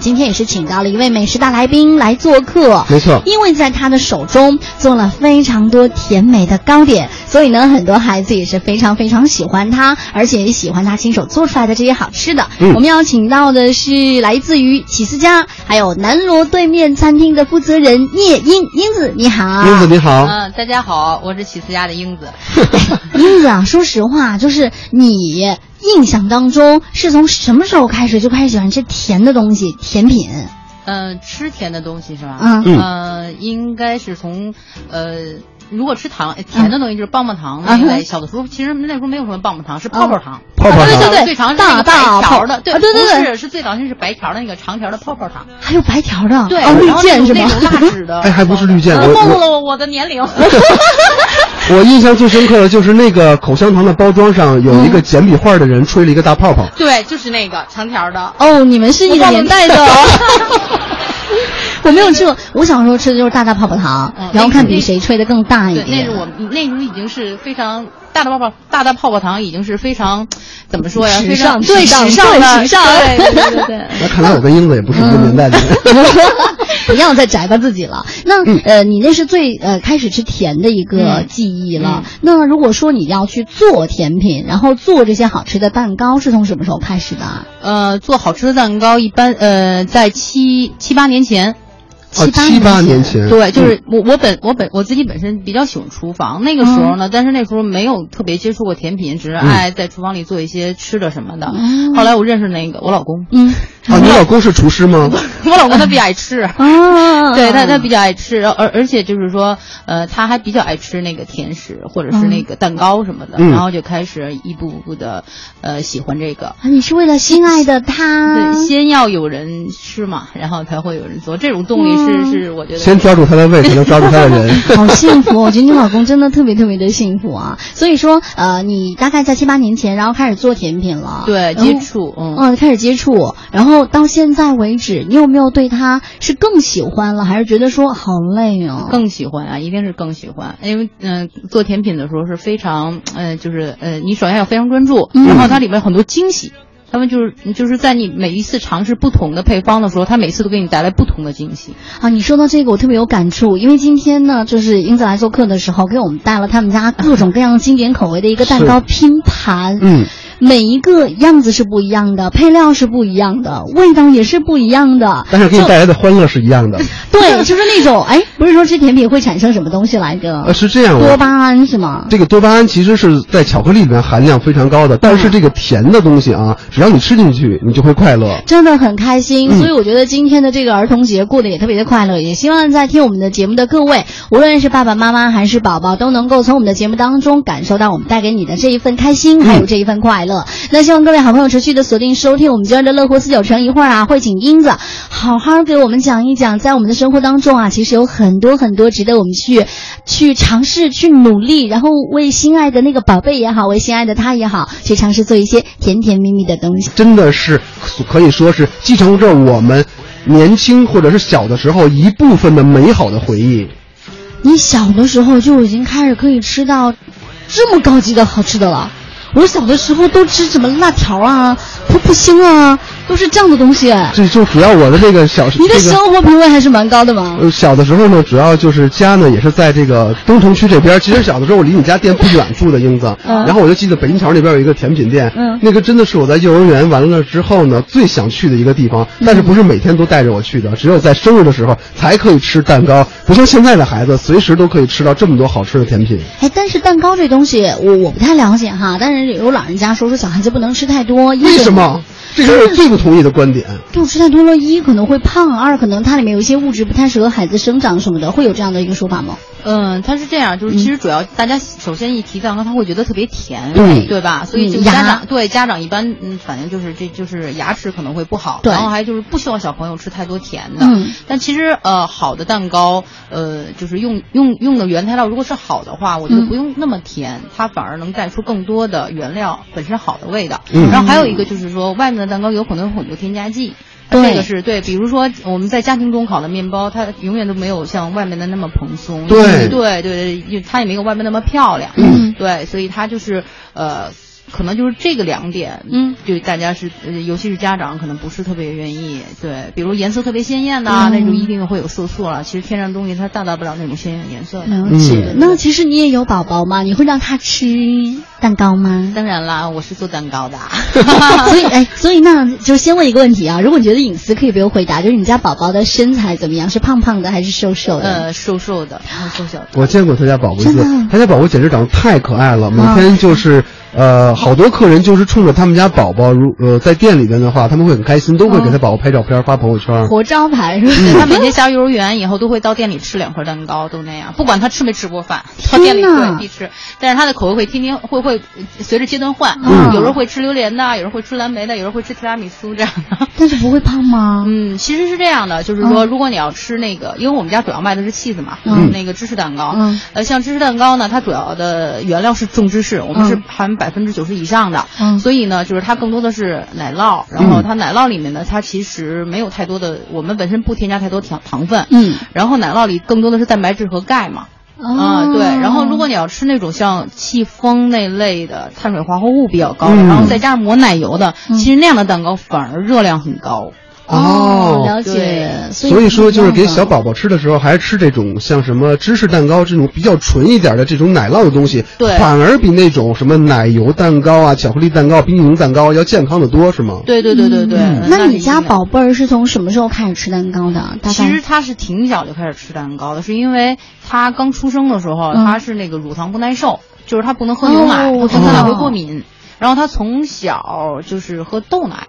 今天也是请到了一位美食大来宾来做客，没错，因为在他的手中做了非常多甜美的糕点，所以呢，很多孩子也是非常非常喜欢他，而且也喜欢他亲手做出来的这些好吃的。嗯我们要请到的是来自于起司家，还有南锣对面餐厅的负责人聂英英子，你好，英子你好，啊嗯，大家好，我是起司家的英 子。英子啊，说实话，就是你印象当中是从什么时候开始就开始喜欢吃甜的东西、甜品？嗯、吃甜的东西是吧？嗯嗯呃，应该是从呃，如果吃糖呃甜的东西就是棒棒嗯糖那一类。小的时候其实那时候没有什么棒棒糖，是泡泡糖。泡泡啊对糖对对最长是大那个白大泡条的，啊对对对不是是最早先是白条的那个长条的泡泡糖，还有白条的，对，哦，绿然后那箭种是吗？那种蜡纸 的，哎还不是绿箭呃我暴露我了我我的年龄。我印象最深刻的就是那个口香糖的包装上有一个简笔画的人吹了一个大泡泡，对，就是那个长条的， 哦，你们是一个年代的。哦 我没有吃过，我小时候吃的就是大大泡泡糖，嗯然后看比那谁吹的更大一对，那点。是我们那时候已经是非常大的泡泡大大泡泡糖，已经是非常怎么说呀？时非尚常对时尚时尚对的时尚对对对对嗯对。那看来我跟英子也不是一个年代的人。 不要再宅吧自己了。那、嗯呃，你那是最呃开始吃甜的一个嗯记忆了。那如果说你要去做甜品，然后做这些好吃的蛋糕，是从什么时候开始的啊？ 呃，做好吃的蛋糕一般呃在七七八年前。哦七八年前对，就是我我本我本我自己本身比较喜欢厨房，那个时候嗯呢，但是那时候没有特别接触过甜品，只是爱在厨房里做一些吃的什么的。嗯后来我认识那个我 老公，嗯哦，你老公是厨师吗？我老公他比较爱吃，啊，哦对他，他比较爱吃，而而且就是说，呃，他还比较爱吃那个甜食或者是那个蛋糕什么的，嗯然后就开始一步步的，呃，喜欢这个。啊你是为了心爱的他，对，先要有人吃嘛，然后才会有人做。这种动力是、是，我觉先得抓住他的胃，才能抓住他的人。 好幸福哦！我觉得你老公真的特别特别的幸福啊。所以说，呃，你大概在七八年前，然后开始做甜品了，对然后接。触，嗯。嗯，开始接触，然后到现在为止，你有没有对他是更喜欢了，还是觉得说好累哦？更喜欢啊，一定是更喜欢，因为嗯、做甜品的时候是非常，呃，就是呃，你首先要非常专注，然后它里面很多惊喜，他们就是就是在你每一次尝试不同的配方的时候，它每次都给你带来不同的惊喜。啊，你说到这个，我特别有感触，因为今天呢，就是英子来做客的时候，给我们带了他们家各种各样经典口味的一个蛋糕拼盘，嗯，每一个样子是不一样的，配料是不一样的，味道也是不一样的，但是给你带来的欢乐是一样的。对，就是那种哎，不是说吃甜品会产生什么东西来呃，着？是这样多的。巴胺是吗？这个多巴胺其实是在巧克力里面含量非常高的，但是这个甜的东西啊，只要你吃进去，你就会快乐。真的很开心，嗯所以我觉得今天的这个儿童节过得也特别的快乐。也希望在听我们的节目的各位，无论是爸爸妈妈还是宝宝，都能够从我们的节目当中感受到我们带给你的这一份开心，还有这一份快乐。那希望各位好朋友持续的锁定收听我们今儿的乐活四九城。一会儿啊，会请英子好好给我们讲一讲，在我们的生活当中啊，其实有很多很多值得我们去去尝试、去努力，然后为心爱的那个宝贝也好，为心爱的他也好，去尝试做一些甜甜蜜蜜的东西。真的是可以说是继承着我们年轻或者是小的时候一部分的美好的回忆。你小的时候就已经开始可以吃到这么高级的好吃的了。我小的时候都吃什么辣条啊、噗噗星啊，都是这样的东西。这就主要我的这个小你的这个生活品味还是蛮高的嘛。呃小的时候呢，主要就是家呢也是在这个东城区这边。其实小的时候我离你家店不远住的英子，嗯然后我就记得北京桥那边有一个甜品店，嗯那个真的是我在幼儿园完了之后呢最想去的一个地方，嗯但是不是每天都带着我去的，只有在生日的时候才可以吃蛋糕，不像现在的孩子随时都可以吃到这么多好吃的甜品。哎，但是蛋糕这东西，我我不太了解哈。但是有老人家说说小孩子不能吃太多，一为是什么？这就是我最不同意的观点。就吃太多了，一可能会胖，二可能它里面有一些物质不太适合孩子生长什么的，会有这样的一个说法吗？嗯，它是这样，就是其实主要大家首先一提蛋糕，他会觉得特别甜，嗯对吧？所以就嗯家牙长对家长一般嗯，反正就是这就是牙齿可能会不好，对然后还就是不希望小朋友吃太多甜的。嗯但其实呃，好的蛋糕呃，就是用用用的原材料如果是好的话，我觉得嗯不用那么甜，它反而能带出更多的原料本身好的味道。嗯然后还有一个就是说，外面的蛋糕有可能有很多添加剂。对这个是对，比如说我们在家庭中烤的面包，它永远都没有像外面的那么蓬松，对对对对，因为它也没有外面那么漂亮。嗯对，所以它就是呃，可能就是这个两点，嗯，对大家是，呃尤其是家长可能不是特别愿意。对，比如颜色特别鲜艳呐、嗯那种一定会有色素了。其实天然东西它大大不了那种鲜艳颜色的。了解。嗯那其实你也有宝宝嘛？你会让他吃蛋糕吗？当然啦，我是做 蛋糕的。 所以，哎，所以那就先问一个问题啊，如果你觉得隐私可以不用回答，就是你家宝宝的身材怎么样？是胖胖的还是瘦瘦的？呃，瘦瘦的，然后瘦小的。我见过他家宝宝一真的次啊，他家宝宝简直长得太可爱了，每啊天就是。呃，好多客人就是冲着他们家宝宝，如呃在店里边的话，他们会很开心，都会给他宝宝拍照片、发朋友圈。活招牌是吧？对他每天下幼儿园以后都会到店里吃两块蛋糕，都那样，不管他吃没吃过饭，到店里天哪对必吃。但是他的口味会天天会会随着阶段换，嗯有时候会吃榴莲的，有时候会吃蓝莓的，有时候会吃提拉米苏这样的。 但是不会胖吗？嗯，其实是这样的，就是说，嗯如果你要吃那个，因为我们家主要卖的是 cheese 嘛，嗯那个芝士蛋糕。嗯呃，像芝士蛋糕呢，它主要的原料是种芝士，我们是嗯含百分之九十以上的，嗯所以呢，就是它更多的是奶酪，然后嗯它奶酪里面呢，它其实没有太多的，我们本身不添加太多糖糖分，嗯哦然后奶酪里更多的是蛋白质和钙嘛。啊，对，然后如果你要吃那种像戚风那类的碳水化合物比较高的，嗯然后再加上抹奶油的，嗯其实那样的蛋糕反而热量很高。哦，哦了解对。所以说，就是给小宝宝宝吃的时候，还是吃这种像什么芝士蛋糕这种比较纯一点的这种奶酪的东西，对反而比那种什么奶油蛋糕啊、巧克力蛋糕、冰淇淋蛋糕要健康的多，是吗？对对对对对。嗯那你一家定宝贝儿是从什么时候开始吃蛋糕的？大概其实他是挺小就开始吃蛋糕的，是因为他刚出生的时候、嗯他是那个乳糖不耐受，就是他不能喝牛奶，哦我喝知牛奶道会过敏。然后他从小就是喝豆奶，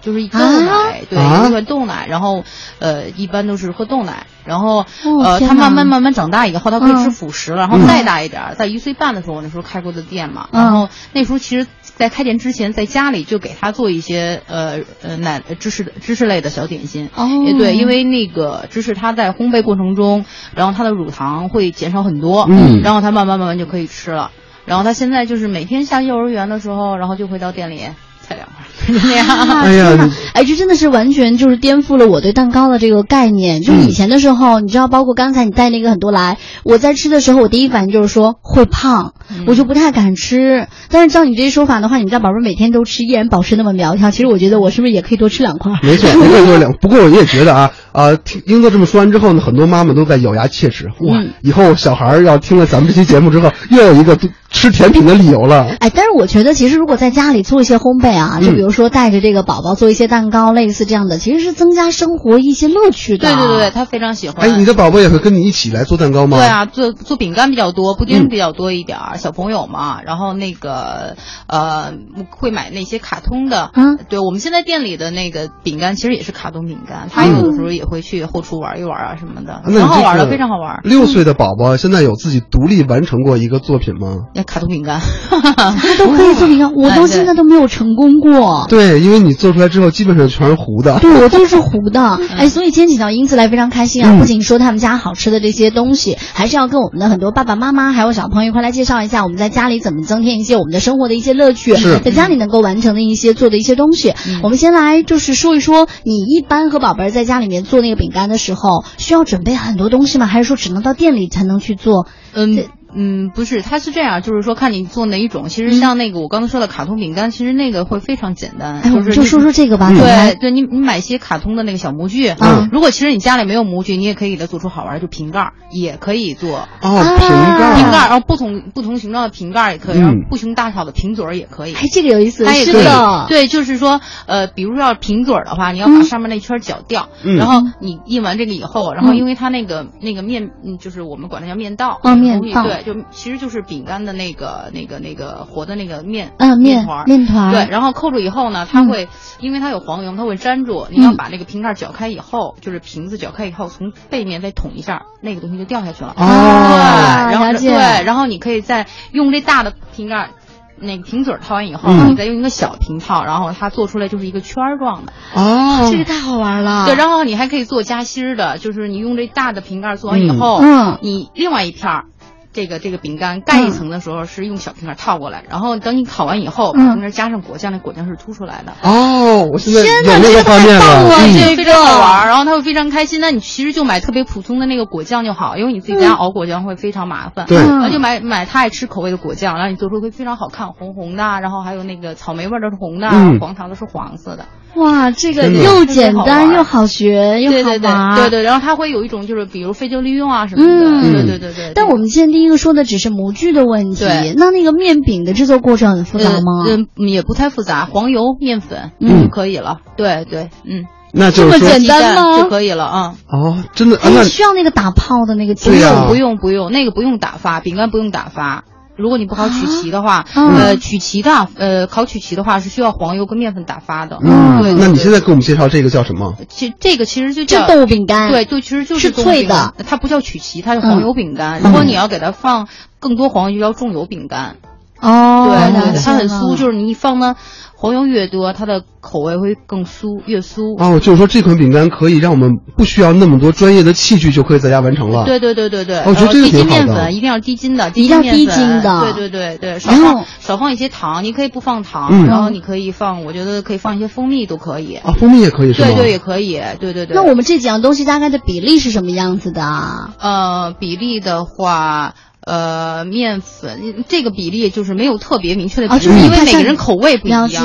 就是一豆啊奶，对，啊一罐豆奶。然后呃，一般都是喝豆奶。然后、哦呃，天他慢慢哪慢慢长大以后，他可以吃嗯辅食了。然后再大一点儿，在一岁半的时候，我那时候开过的店嘛，嗯然后那时候其实。在开店之前，在家里就给他做一些呃呃奶芝士芝士类的小点心，哦也对，因为那个芝士它在烘焙过程中，然后它的乳糖会减少很多，嗯然后它慢慢慢慢就可以吃了。然后它现在就是每天下幼儿园的时候，然后就会到店里采两块，就 那样。啊哎呀天哪你哎，这真的是完全就是颠覆了我对蛋糕的这个概念。就是以前的时候，你知道，包括刚才你带那个很多来，我在吃的时候，我第一反应就是说会胖，嗯我就不太敢吃。但是照你这一说法的话，你们家宝贝每天都吃，依然保持那么苗条。其实我觉得我是不是也可以多吃两块？没错，不过就是两。不过我也觉得啊，啊，听英子这么说完之后呢，很多妈妈都在咬牙切齿。哇，嗯以后小孩儿要听了咱们这期节目之后，又有一个吃甜品的理由了。哎，但是我觉得，其实如果在家里做一些烘焙啊，就嗯比如说带着这个宝宝做一些蛋糕，类似这样的，其实是增加生活一些乐趣的。对对对对，，他非常喜欢。哎，你的宝宝也会跟你一起来做蛋糕吗？对啊，做做饼干比较多，布嗯丁比较多一点儿，小朋友嘛，然后那个呃会买那些卡通的，啊嗯对我们现在店里的那个饼干其实也是卡通饼干，他有的时候也会去后厨玩一玩啊什么的，啊嗯那你很好玩这的，个非常好玩。嗯六岁的宝宝现在有自己独立完成过一个作品吗？那卡通饼干，他都可以做饼干， 我到哎对现在都没有成功过。对，因为你做出来之后基本上全是糊 的。哦对，我就是糊的。哎，所以今天请到英子来非常开心啊！不仅说他们家好吃的这些东西，还是要跟我们的很多爸爸妈妈还有小朋友一块来介绍一下我们在家里怎么增添一些我们的生活的一些乐趣，是在家里能够完成的一些做的一些东西。我们先来就是说一说，你一般和宝贝儿在家里面做那个饼干的时候，需要准备很多东西吗？还是说只能到店里才能去做？嗯嗯，不是，它是这样，就是说看你做哪一种。其实像那个我刚才说的卡通饼干，其实那个会非常简单，哎，我是们就你说说这个吧。怎么对来，对，你你买一些卡通的那个小模具，嗯如果其实你家里没有模具，你也可以给它做出好玩儿，就瓶盖儿也可以做。哦，啊瓶盖儿，瓶盖儿，然后不同不同形状的瓶盖儿也可以，嗯然后不同大小的瓶嘴儿也可以。哎，这个有意思，它也是可以的，对，就是说，呃，比如要瓶嘴儿的话，你要把嗯上面那圈儿绞掉，嗯然后你印完这个以后，然后嗯因为它那个那个面，嗯，就是我们管它叫面道，哦面东西道对，就其实就是饼干的那个那个那个活的那个面，嗯，面团儿，面团儿，对，然后扣住以后呢，它嗯会、因为它有黄油，它会粘住。你要嗯把那个瓶盖儿绞开以后，就是瓶子绞开以后，从背面再捅一下，那个东西就掉下去了。哦啊对，然后了解对，然后你可以再用这大的瓶盖儿。那个瓶嘴儿套完以后，嗯你再用一个小瓶套，然后它做出来就是一个圈儿状的。哦这个太好玩了。对，然后你还可以做夹心儿的，就是你用这大的瓶盖儿做完以嗯后，嗯你另外一片儿。这个这个饼干盖一层的时候是用小瓶盖儿套过来，然后等你烤完以后，嗯把瓶盖儿加上果酱，那果酱是凸出来的。哦，我现在天哪有那这个个画面太棒了了。这个嗯非常好玩儿。然后他会非常开心。那你其实就买特别普通的那个果酱就好，因为你自己嗯家熬果酱会非常麻烦。对然后就买买他爱吃口味的果酱，然后你做出会非常好看，红红的，啊然后还有那个草莓味儿的是红的，啊嗯黄糖的是黄色的。哇，这个真的又简特别好单玩又好学又对好对对玩，对对，然后它会有一种就是比如废旧利用啊什么的。嗯对对对对。但我们现在第一个说的只是模具的问题对，那那个面饼的制作过程很复杂吗？嗯，嗯也不太复杂，黄油、面粉，嗯就可以了。对对，嗯，那就是这说么简鸡蛋单吗就可以了啊。哦，真的啊，哎，那需要那个打泡的那个机对器呀啊不用不用，那个不用打发，饼干不用打发。如果你不好曲奇的话，嗯呃，曲奇的呃，烤曲奇的话是需要黄油跟面粉打发的。嗯对，那你对现在给我们介绍这个叫什么？其这个其实就这叫豆腐饼干，对，，就其实就是是中脆饼的，它不叫曲奇，它是嗯黄油饼干。如果你要给它放更多黄油，就叫重油饼干。哦，对对了对，解它很了酥，就是你一放呢，黄油越多，它的口味会更酥，越酥。哦，就是说这款饼干可以让我们不需要那么多专业的器具就可以在家完成了。对对对对对，哦我觉得呃这个低筋挺好面的哎粉一定要低筋的，一定要面低粉筋的对对对对，少然后放少放一些糖，你可以不放糖，嗯然后你可以放，我觉得可以放一些蜂蜜都可以，啊，蜂蜜也可以是吗？对对也可以，对对对。那我们这几样东西大概的比例是什么样子的啊？呃比例的话。呃，面粉这个比例就是没有特别明确的比哦例，就是因你看为每个像人口味不一了样。解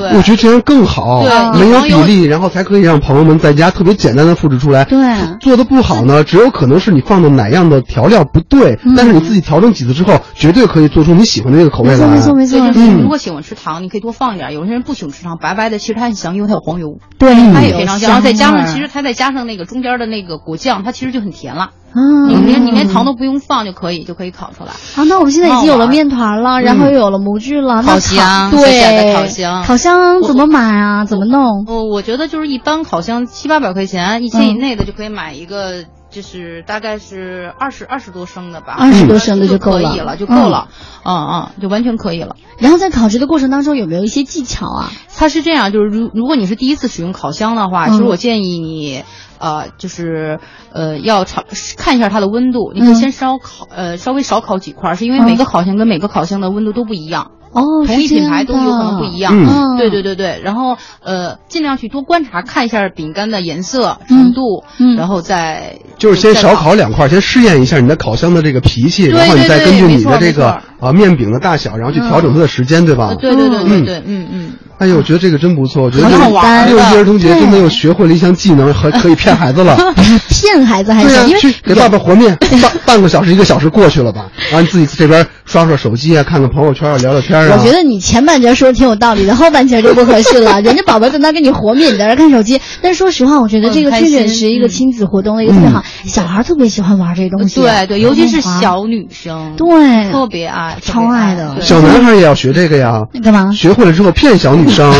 对，我觉得这样更好，啊对没有黄比油例，然后才可以让朋友们在家特别简单的复制出来。对做的不好呢，只有可能是你放的哪样的调料不对，嗯但是你自己调整几次之后，绝对可以做出你喜欢的那个口味没错来。没错没所以错就，是嗯如果喜欢吃糖，你可以多放一点。有些人不喜欢吃糖，白白的其实它很香，因为它有黄油，对，它嗯它也非常香。然后再加上，其实它再加上那个中间的那个果酱，它其实就很甜了。你嗯，连你连糖都不用放就可以，就可以烤出来。好，啊那我们现在已经有了好玩儿面团了，然后又有了模具了，那烤箱接下来对，的烤箱烤箱怎么买啊？怎么弄？我嗯我觉得就是一般烤箱七八百块钱，一千嗯以内的就可以买一个，就是大概是二十二十多升的吧， 20多升的就就够了可以了，就够了，嗯嗯，就完全可以了。然后在烤制的过程当中有没有一些技巧啊？它是这样，就是如如果你是第一次使用烤箱的话，嗯其实我建议你，呃，就是呃要尝看一下它的温度，你可以嗯先烧烤，呃稍微少烤几块儿，是因为嗯每个烤箱跟每个烤箱的温度都不一样，哦，同一是这品样牌的东西有可能不一样。嗯嗯，对对对对，然后呃，尽量去多观察，看一下饼干的颜色、嗯程度，嗯然后再就是先再少烤两块，先试验一下你的烤箱的这个脾气，对然后你再根据你的这对对没错个啊面饼的大小，然后去调整它的时间，对吧呃，？对对对对对，嗯嗯，哎呦，我觉得这个真不错，我觉得好这个好玩儿六一的儿童节真的又学会了一项技能，还可以骗 孩子了。 骗孩子还对是呀、因为去给爸爸和面，半半个小时一个小时过去了吧？然后你自己这边刷刷手机啊，看看朋友圈啊，聊聊天啊。我觉得你前半截说的挺有道理的，后半截就不合适 了。人家宝宝在那跟你和面，你在那看手机。但是说实话，我觉得这个嗯开确心确实实一个嗯亲子活动的一个特别好，小孩儿特别喜欢玩这个东西。对对，尤其是好好玩小女生，嗯对特别爱，特别超爱的对小男孩也要学这个呀，你干嘛？学会了之后骗小女 生。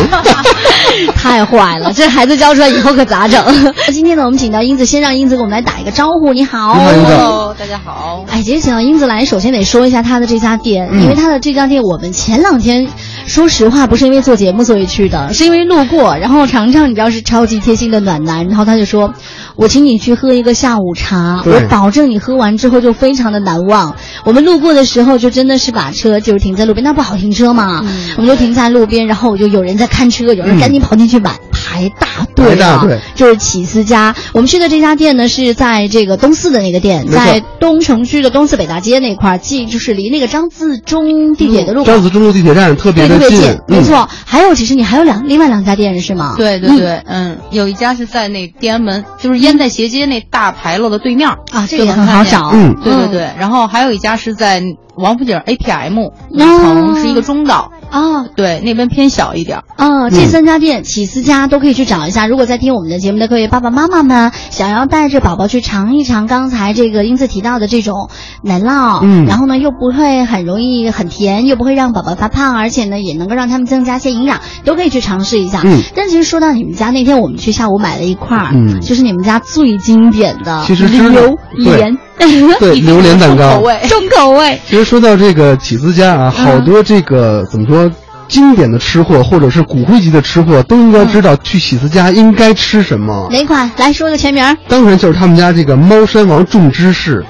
太坏了，这孩子教出来以后可咋整？ 那今天呢，我们请到英子，先让英子给我们来打一个招呼。你好，你好英子 Hello，大家好。哎，其实请到英子来，首先得说一下她的这家店，嗯因为她的这家店，我们前两天，说实话不是因为做节目所以去的，是因为路过，然后尝尝你知道是超级贴心的暖男，然后他就说，我请你去喝一个下午茶，对我保证你喝完之后就非常的难忘。我们路过的时候就真的是把车就是停在路边，那不好停车嘛，嗯我们就停在路边，然后我就有人在看车，有人赶紧跑进去买，排大队排大啊队，就是起司家。我们去的这家店呢是在这个东四的那个店，没错在东城区的东四北大街那块儿，既就是离那个张自忠地铁的路口。张自嗯忠路地铁站特别对，的特别近，没嗯，错。还有，其实你还有两另外两家店是吗？对对对，嗯，有一家是在那天安门，就是烟袋斜街那大牌楼的对面儿啊，这个也就很好找。嗯对对对，然后还有一家是在王府井 APM 一哦层，是一个中岛，啊对，那边偏小一点儿。啊，这嗯三家店起司家都可以去找一下。如果在听我们的节目的各位爸爸妈妈们，想要带着宝宝去尝一尝刚才这个英子提到的这种奶酪，嗯然后呢又不会很容易很甜，又不会让宝宝发胖，而且呢也能够让他们增加一些营养，都可以去尝试一下。嗯但其实说到你们家那天，我们去下午买了一块儿，嗯就是你们家最经典的其实知道榴 对莲，对，榴莲蛋糕。口味重口味。其实说到这个起司家啊，好嗯多这个、怎么说？经典的吃货或者是骨灰级的吃货都嗯应该知道去起司家应该吃什么，哪款？来说个全名儿。当然就是他们家这个猫山王重芝士。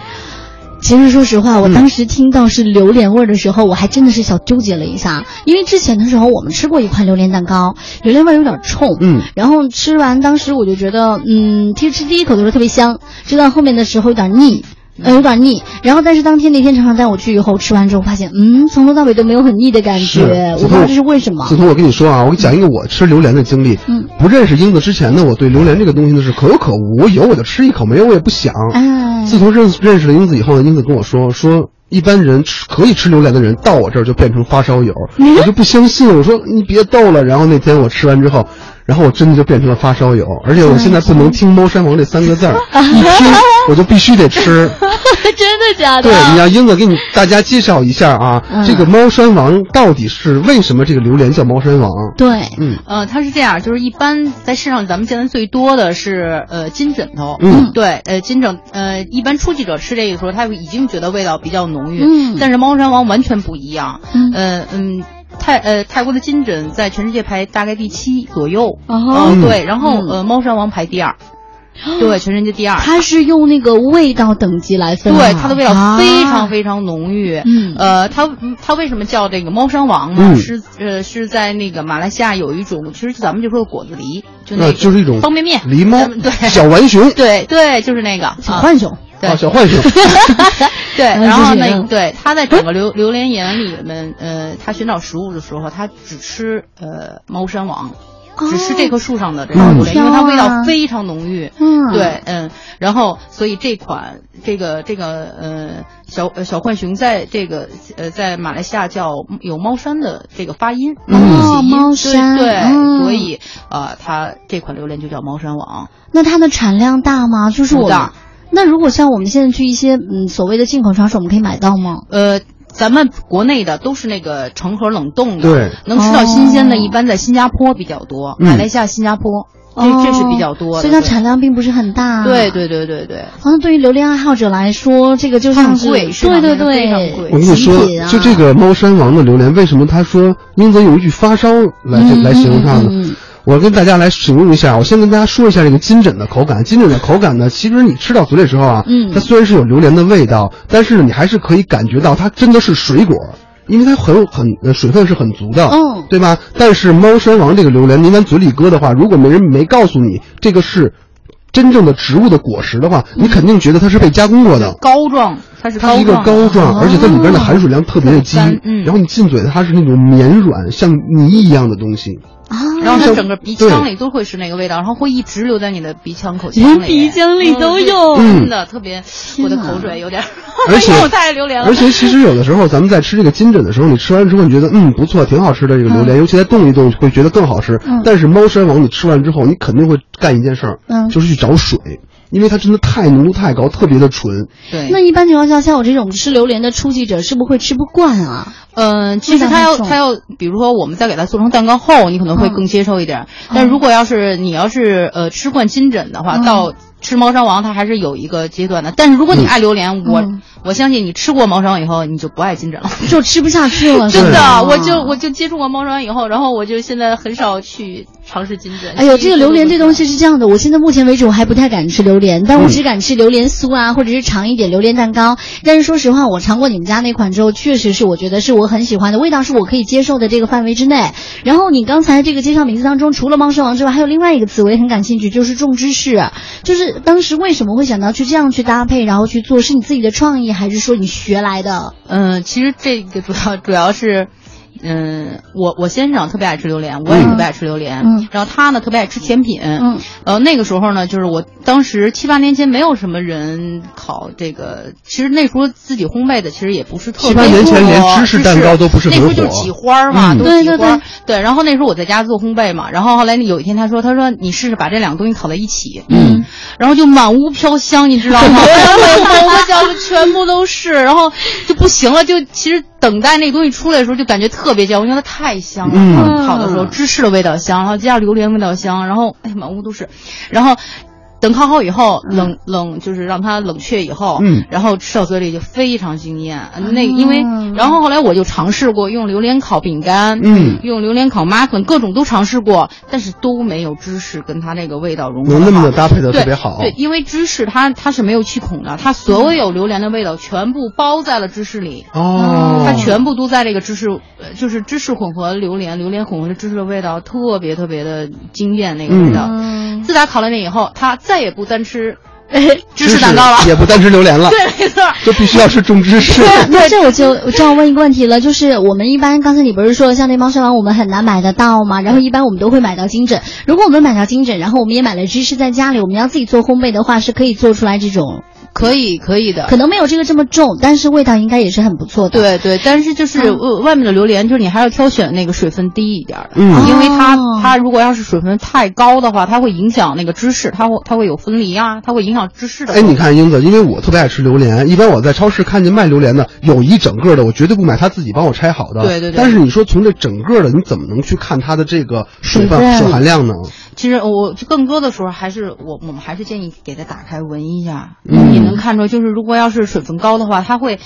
其实说实话，我嗯当时听到是榴莲味儿的时候，我还真的是小纠结了一下，因为之前的时候我们吃过一款榴莲蛋糕，榴莲味儿有点冲，嗯，然后吃完当时我就觉得，嗯，其实吃第一口的时候特别香，吃到后面的时候有点腻。嗯呃，有点腻，然后但是当天那天厂长带我去以后，吃完之后发现，嗯，从头到尾都没有很腻的感是觉，哎我子不彤知道这是为什么子。彤，我跟你说啊，我给你讲一个我吃榴莲的经历。嗯，不认识英子之前呢，我对榴莲这个东西呢是可有可无，有我就吃一口，没有我也不想。 哎，自从认认识了英子以后呢，英子跟我说说。一般人吃可以吃榴莲的人，到我这儿就变成发烧 友，我就不相信。我说你别逗了。然后那天我吃完之后，然后我真的就变成了发烧友，而且我现在不能听“猫山王”这三个 字儿，一听我就必须得吃。真的假的？ 对，你让英子给你大家介绍一下啊，嗯这个猫山王到底是为什么这个榴莲叫猫山王？对，嗯，呃，它是这样，就是一般在市上咱们见的最多的是呃金枕头，嗯对，呃金枕，呃一般初级者吃这个时候，他已经觉得味道比较浓郁，嗯但是猫山王完全不一样，嗯呃嗯。泰呃泰国的金枕在全世界排大概第七左右，哦呃对，然后、嗯呃猫山王排 第二，对，全世界第二，它是用那个味道等级来分吗，对，它的味道非常非非常浓郁。啊嗯呃，它它为什么叫这个猫山王呢？嗯是呃是在那个马来西亚有一种，其实咱们就说果子狸，就那那个、呃就是一种方便面狸猫咱嗯 们对，小浣熊，对对，就是那个小啊浣熊， 对啊，小浣熊， 对，嗯然后谢谢那嗯对它在整个榴榴莲园里面，呃，它寻找食物的时候，它只吃呃猫山王。只吃这棵树上的这个嗯榴莲，因为它味哦好挑啊道非常浓郁。嗯对，嗯，然后所以这款这个这个呃小呃小浣熊在这个呃在马来西亚叫有猫山的这个发音，嗯哦起因猫对山对，嗯所以呃它这款榴莲就叫猫山王。那它的产量大吗？就是我不们大那如果像我们现在去一些嗯所谓的进口超市，我们可以买到吗？呃，咱们国内的都是那个成盒冷冻的，对，能吃到新鲜的，哦一般在新加坡比较多，嗯马来西亚、新加坡，这这是比较多的。哦所以它对产量啊并不是很大。对。对对对对，好像对于榴莲爱好者来说，这个就像是很贵市对场对上是非常对，贵我跟你说极品啊，就这个猫山王的榴莲，为什么他说英子有一句发烧来这嗯来形容它呢？嗯嗯嗯我跟大家来形容一下，我先跟大家说一下这个金枕的口感。金枕的口感呢，其实你吃到嘴里时候啊，嗯它虽然是有榴莲的味道，但是你还是可以感觉到它真的是水果，因为它很有很呃水分是很足的，嗯对吧？但是猫山王这个榴莲，您往嘴里搁的话，如果没人没告诉你这个是真正的植物的果实的话，嗯你肯定觉得它是被加工过的。膏状，它是它膏是一个状的。膏状，而且它里边的含水量特别的低很干，嗯然后你进嘴它是那种绵软，像泥一样的东西。啊，然后它像整个鼻对腔里都会是那个味道，然后会一直留在你的鼻腔、口连腔里，鼻腔里都有嗯嗯真的特别，我的哪口水有点儿，而且因 为我太爱榴莲了而。且其实有的时候咱们在吃这个金枕的时候，你吃完之后你觉得嗯不错，挺好吃的这个嗯榴莲，尤其再冻一冻会觉得更好吃。嗯但是猫山王你吃完之后，你肯定会干一件事儿，嗯就是去找水，因为它真的太浓度太高，特别的嗯纯。那对，一般情况下，像我这种吃榴莲的初级者，是不是会吃不惯啊？嗯，其味实道它很要重它要，比如说我们在给它做成蛋糕后，你可能会嗯更接受一点儿。但如果要是你要是呃吃惯金枕的话，嗯到吃猫山王它还是有一个阶段的。但是如果你爱榴莲，我嗯我相信你吃过猫山王以后，你就不爱金枕了。就吃不下去了，嗯真是的啊吗，我就我就接触过猫山王以后，然后我就现在很少去尝试金枕。哎呦，这个榴莲这东西是这样的，嗯我现在目前为止我还不太敢吃榴莲，但我只敢吃榴莲酥啊，或者是尝一点榴莲蛋糕。但是说实话，我尝过你们家那款之后，确实是我觉得是我很喜欢的，味道是我可以接受的这个范围之内。然后你刚才这个介绍名字当中，除了猫山王之外，还有另外一个词我也很感兴趣，就是种芝士。就是当时为什么会想到去这样去搭配，然后去做，是你自己的创意，还是说你学来的？嗯，其实这个主要主要是，嗯，我我先生特别爱吃榴莲，我也特别爱吃榴莲，嗯然后他呢特别爱吃甜品，嗯，然后呃那个时候呢，就是我当时七八年前没有什么人烤这个，其实那时候自己烘焙的其实也不是特七别八年前多连芝士蛋糕都不是那很时火候就是挤花儿嘛，嗯都对挤对花儿对，然后那时候我在家做烘焙嘛，然后后来有一天他说，他说你试试把这两个东西烤在一起，嗯，然后就满屋飘香，你知道 吗？我我我家里全部都是，然后就不行了，就其实等待那个东西出来的时候就感觉特别香，我觉得它太香了，嗯烤的时候芝士的味道香，然后加上榴莲味道香，然后哎满屋都是，然后。等烤好以后，冷冷就是让它冷却以后，嗯啊然后吃到嘴里就非常惊艳。那因为，然后后来我就尝试过用榴莲烤饼干，嗯用榴莲烤马粉，各种都尝试过，但是都没有芝士跟它那个味道融合能得好。那么的搭配的特别对好，对，因为芝士它它是没有气孔的，它所有榴莲的味道全部包在了芝士里。哦，它嗯全部都在这个芝士，呃就是芝士混合榴莲，榴莲混合芝士的味道特别特别的惊艳，那个味道。嗯，自打烤了那以后，他再也不单吃芝士蛋糕了。 也不单吃榴莲了，对，没错。就必须要吃种芝士。那这我就我这样问一个问题了，就是我们一般刚才你不是说像那猫山王我们很难买得到吗？然后一般我们都会买到金枕，如果我们买到金枕，然后我们也买了芝士在家里，我们要自己做烘焙的话，是可以做出来这种，可以，可以的可。能没有这个这么重，但是味道应该也是很不错的。，对对，但是就是呃外面的榴莲，就是你还要挑选那个水分低一点儿的，嗯因为它哦它如果要是水分太高的话，它会影响那个芝士，它会它会有分离啊，它会影响芝士的。哎，你，看英子，因为我特别爱吃榴莲，一般我在超市看见卖榴莲的，有一整个的，我绝对不买，他自己帮我拆好的。对对对但是你说从这整个的，你怎么能去看它的这个水分水分水含量呢？其实我更多的时候还是我我们还是建议给它打开闻一下，嗯你能看出来，就是如果要是水分高的话，它会。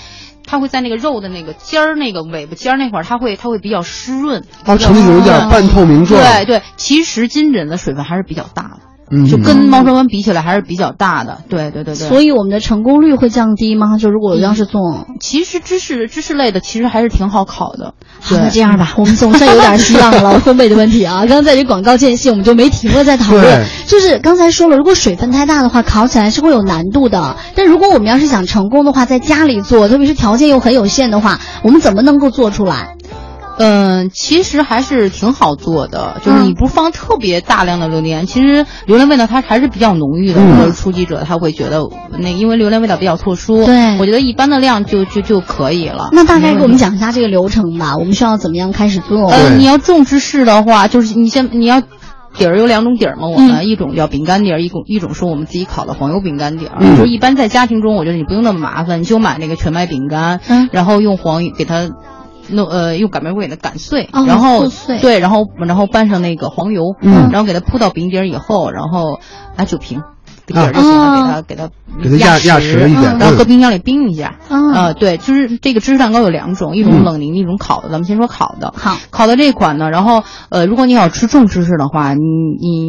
它会在那个肉的那个尖儿、那个尾巴尖儿那块儿，它会它会比较湿润，它比较呈现有一点湿润半透明状。对对，其实金枕的水分还是比较大的，嗯，就跟猫山湾比起来还是比较大的。对对对对。所以以我们的成功率会降低吗？就如果我要是做，其实芝士芝士类的其实还是挺好烤的。好，那对这样 吧，我们总算有点希望了。 烘焙的问题啊，刚刚在这广告间隙，我们就没停了在讨论对。就是刚才说了，如果水分太大的话，烤起来是会有难度的。但如果我们要是想成功的话，在家里做，特别是条件又很有限的话，我们怎么能够做出来？嗯，其实还是挺好做的，就是嗯你不放特别大量的榴莲，其实榴莲味道它还是比较浓郁的。嗯如果是初级者，他会觉得那因为榴莲味道比较特殊，对我觉得一般的量就就就可以了。那大概给我们讲一下这个流程吧，我们需要怎么样开始做？哦对呃，你要种芝士的话，就是你先你要底儿有两种底儿嘛，我嗯们、一种叫饼干底儿，一种一种是我们自己烤的黄油饼干底儿。嗯就一般在家庭中，我觉得你不用那么麻烦，你就买那个全麦饼干，嗯然后用黄油给它。弄呃，用擀面棍给它擀碎，哦然后剁碎对，然后然后拌上那个黄油，嗯然后给它铺到饼底儿以后，然后拿酒瓶，底啊儿就行哦了，给它给给它它压压实实一点然后嗯搁冰箱里冰一下。嗯呃，对，就是这个芝士蛋糕有两种，一嗯种冷凝，一种烤的。咱们先说烤的，好，烤的这款呢，然后呃，如果你要吃重芝士的话，你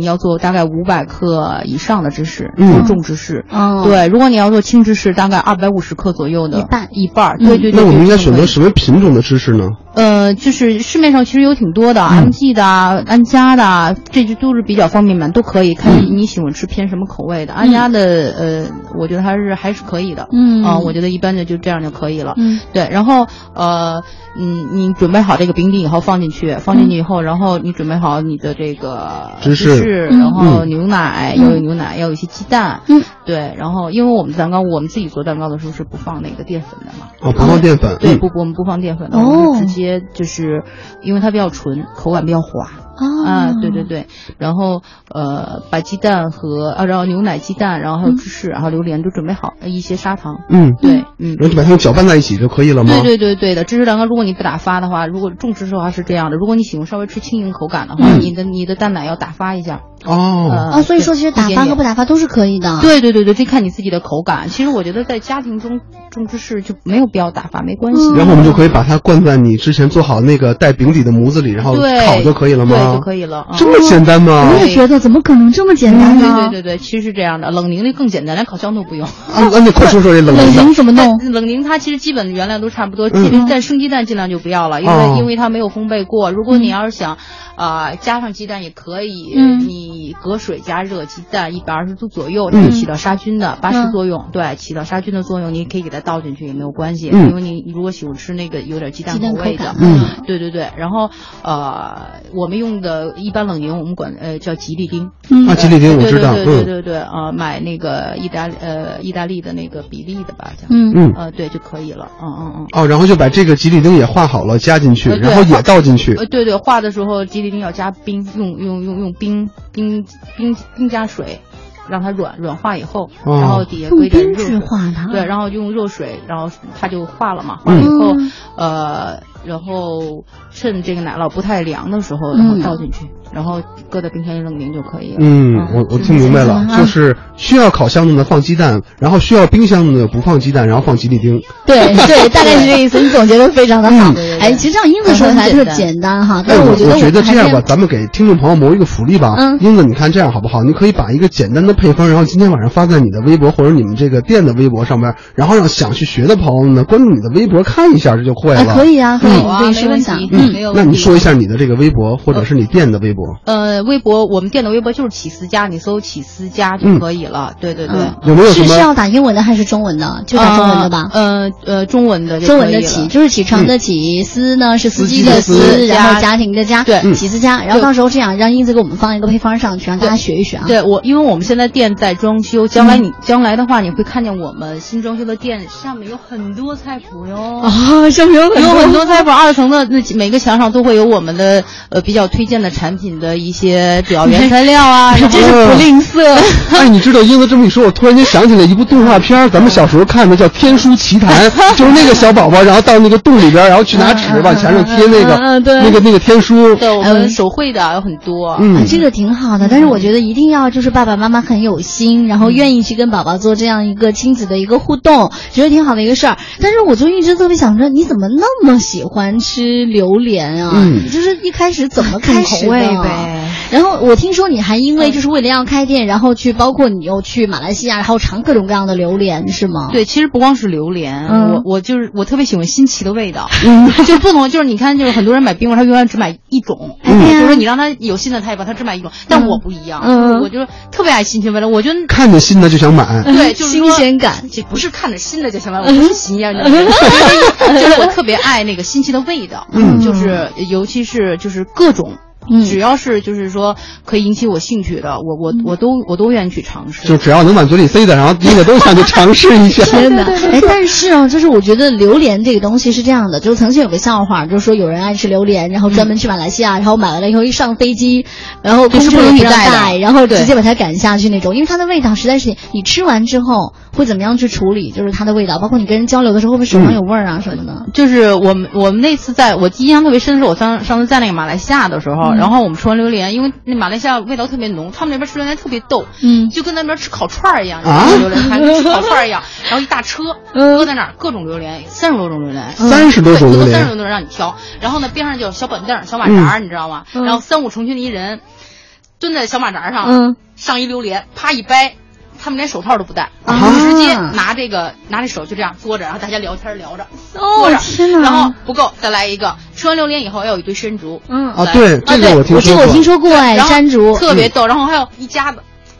你要做大概五百克以上的芝士，嗯就是重芝士。嗯，，对，如果你要做轻芝士，大概二百五十克左右的一半一半儿，嗯对对对。那我们对应该这选择种可以什么品种的芝士呢？呃，就是市面上其实有挺多的、m 嗯 g 的啊、安佳的啊，这就都是比较方便面，都可以嗯看你喜欢吃偏什么口味的。安佳的呃，我觉得还是还是可以的，嗯啊、我觉得一般的就这样就可以了。嗯，对，然后呃，嗯，你准备好这个饼底以后放进去，放进去以后，然后你准备好你的这个芝士嗯然后牛奶、嗯要有牛奶，要有一些鸡蛋，嗯，对，然后因为我们蛋糕，我们自己做蛋糕的时候是不放那个淀粉的嘛，哦，不放淀粉。对，嗯不不，我们不放淀粉的，哦我们是直接就是因为它比较纯，口感比较滑哦啊，对对，对，然后呃，把鸡蛋和啊，然后牛奶、鸡蛋，然后还有芝士，然后榴莲都准备好，一些砂糖，嗯，对，嗯然后就把它们搅拌在一起就可以了吗？对对对对的，芝士蛋糕，如果你不打发的话，如果重芝士的话是这样的，如果你喜欢稍微吃轻盈口感的话，嗯你的你的蛋奶要打发一下。哦，呃哦，所以说其实打发和不打。打发都是可以啊的。对对对对，这看你自己的口感。其实我觉得在家庭中重芝士就没有必要打发，没关系。嗯然后我们就可以把它灌在你之前做好那个带饼底的模子里，然后对烤就可以了吗？对，就可以嗯了。嗯这么简单吗？我也觉得，怎么可能这么简单对呢？对对对，其实是这样的，冷凝的更简单，连烤箱都不用。啊，那你快说说这冷冷凝的。凝怎么弄？冷凝它其实基本的原料都差不多，嗯尽量但生鸡蛋尽量就不要了，因哦嗯为因为它没有烘焙过。如果你要是想，啊加上鸡蛋也可以，嗯你隔水加热鸡蛋一百二十度左右，它嗯是起到杀菌的八嗯十作用，对，起到杀菌的作用，你可以给它倒进去也没有关系，嗯因为你你如果喜欢吃那个有点鸡蛋鸡蛋口味口的感，嗯对对对。然后呃，我们用的一般冷凝我们管呃叫吉利丁，嗯啊，吉利丁我对知对道，对对嗯对对啊，买那个意大利呃意大利的那个比利的吧，叫。嗯嗯。呃，对就可以了，嗯嗯嗯。哦，然后就把这个吉利丁也画好了，加进去，呃对然后也倒进去呃，。对对，画的时候吉利丁要加冰，用用用用冰冰冰冰加水，让它软软化以后，哦然后底下搁用一点冰热去水，化啊它。对，然后用热水，然后它就化了嘛，化了以后，嗯呃，然后趁这个奶酪不太凉的时候，然后嗯倒进去，然后搁在冰箱一冷凝就可以了。嗯，我我听明白了，就是需要烤箱的呢放鸡蛋，然后需要冰箱的呢不放鸡蛋，然后放吉利丁。对 对，大概是这意思。你总结的非常的好。哎，其实这样英子说起来特简单哈，但哎，是我觉得觉得们还这是样吧，咱们给听众朋友谋一个福利吧。嗯英子，你看这样好不好？你可以把一个简单的配方，然后今天晚上发在你的微博或者你们这个店的微博上面，然后让想去学的朋友呢关注你的微博看一下，这就会啊了。可以啊，可以，好你啊可以没说一问下题。嗯，没有那问你题说一下你的这个微博或者是你店的微博，呃，微博我们店的微博就是起私家，你搜起私家就可以了。对对对。嗯有没有什是是么？要打英文的还是中文的？就打中文的吧。呃呃，中文的就中文的可以了起啊就是起床的起，司呢是司机司机的司，司然后家家庭的家，对嗯起司家。然后到时候这样让英子给我们放一个配方上去，让大家学一学啊。对我，因为我们现在店在装修，将来你、将来的话，你会看见我们新装修的店上面有很多菜谱哟。 啊，生平有哦有很多菜谱，二层的那每个墙上都会有我们的呃比较推荐的产品的一些主要原材料啊， 然后真是不吝啬。 哎，你知道英子这么一说，我突然间想起来一部动画片儿，咱们小时候看的叫《天书奇谭》， 就是那个小宝宝，然后到那个洞里边儿，然后去拿纸往墙上贴那个嗯嗯嗯嗯对那个那个天书。 对，我们手绘的有很多。嗯啊，，这个挺好的，但是我觉得一定要就是爸爸妈妈很有心，然后愿意去跟宝宝做这样一个亲子的一个互动，觉得挺好的一个事儿。但是我就一直特别想着，你怎么那么喜欢吃榴莲啊？嗯你就是一开始怎么看开始口味的啊呗然后我听说你还因为就是为了要开店，然后去包括你又去马来西亚，然后尝各种各样的榴莲，是吗？对，其实不光是榴莲，嗯我我就是我特别喜欢新奇的味道， 就不能就是你看就是很多人买冰棍，他永远只买一种，嗯就是你让他有新的他也不他只买一种，但我不一样，嗯我就是特别爱新奇味道，我觉得看见新的就想买。对，就是新说鲜感。这不是看着新的就行了，我嗯不是新鲜的， 就是我特别爱那个新奇的味道，嗯就是尤其是就是各种。嗯只要是就是说可以引起我兴趣的，我我我都我都愿意去尝试。就只要能往嘴里塞的，然后那个都想去尝试一下。天哪！哎，但是啊，就是我觉得榴莲这个东西是这样的，就是曾经有个笑话，就是说有人爱吃榴莲，然后专门去马来西亚，然后买完了以后一上飞机，然后空嗯就是中不也允许让带的带，然后直对接把它赶下去那种，因为它的味道实在是，你吃完之后会怎么样去处理，就是它的味道，包括你跟人交流的时候会不会手上有味儿啊什么的。就是我们我们那次在我印象特别深的是我上上次在那个马来西亚的时嗯候，然后我们吃完榴莲，因为那马来西亚味道特别浓，他们那边吃榴莲特别逗，嗯就跟那边吃烤串儿一样，啊榴莲摊跟吃烤串儿一 样，然后一大车搁在那儿，各种榴莲，三十多种榴莲，啊三十多种榴嗯三莲，十嗯多种让你挑，然后呢边上就有小板凳、小马扎儿，你知道吗？然后三五成群的一人蹲在小马扎上，嗯，上一榴莲，啪一掰，他们连手套都不戴，啊直接拿这个拿这手就这样嘬着，然后大家聊天聊着，哦嘬着天哪然后不够再来一个，吃完榴莲以后还有一堆山竹，嗯啊来对这个对我听我这说个我过听说过哎，然后山竹特别逗，然后还有一家子。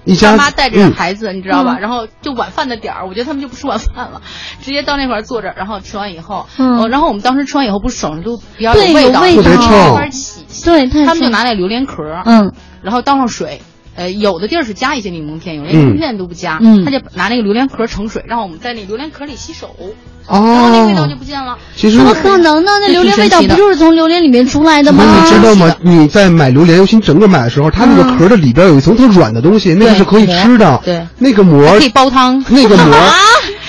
一家爸子妈带着嗯孩子，你知道吧？嗯然后就晚饭的点儿，我觉得他们就不吃晚饭了，直接到那块儿坐着，然后吃完以后，嗯哦然后我们当时吃完以后不是手上都比较对味道，有味道特别没臭法洗，对，太他们就爽拿那榴莲壳儿，嗯然后倒上水。呃，有的地儿是加一些柠檬片，有的柠檬片都不加，嗯他就拿那个榴莲壳盛水，让我们在那榴莲壳里洗手，然后那个味道就哦。不见了。其实怎我么可能呢？那这榴莲挺神味道奇不的就是从榴莲里面出来的不吗？是你知道吗是？你在买榴莲，尤其你整个买的时候，它那个壳的里边有一层特软的东西，那个是可以吃的。嗯对，那个膜可以煲汤， 那个膜，啊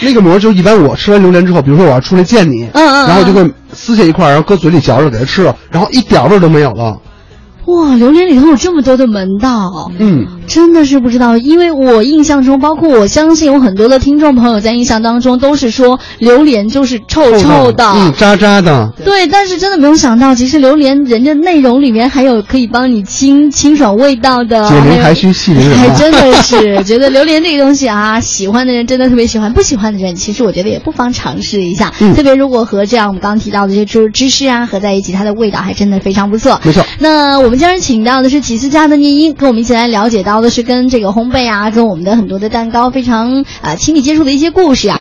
那个膜就是一般我吃完榴莲之后，比如说我要出来见你，嗯嗯嗯然后就会撕下一块，然后搁嘴里嚼着给它吃了，然后一点味儿都没有了。哇，榴莲里头有这么多的门道。嗯，真的是不知道，因为我印象中，包括我相信有很多的听众朋友在印象当中都是说榴莲就是臭臭的，嗯，渣渣的。对。但是真的没有想到，其实榴莲人家内容里面还有可以帮你清清爽味道的，解铃还还有需系铃人还啊。真的是觉得榴莲这个东西啊，喜欢的人真的特别喜欢，不喜欢的人其实我觉得也不妨尝试一下。嗯特别如果和这样我们刚刚提到的这些芝芝士啊合在一起，它的味道还真的非常不错。没错。那我们今儿请到的是起司家的聂英，跟我们一起呃来了解到的是跟这个烘焙啊，跟我们的很多的蛋糕非常啊、亲密接触的一些故事啊。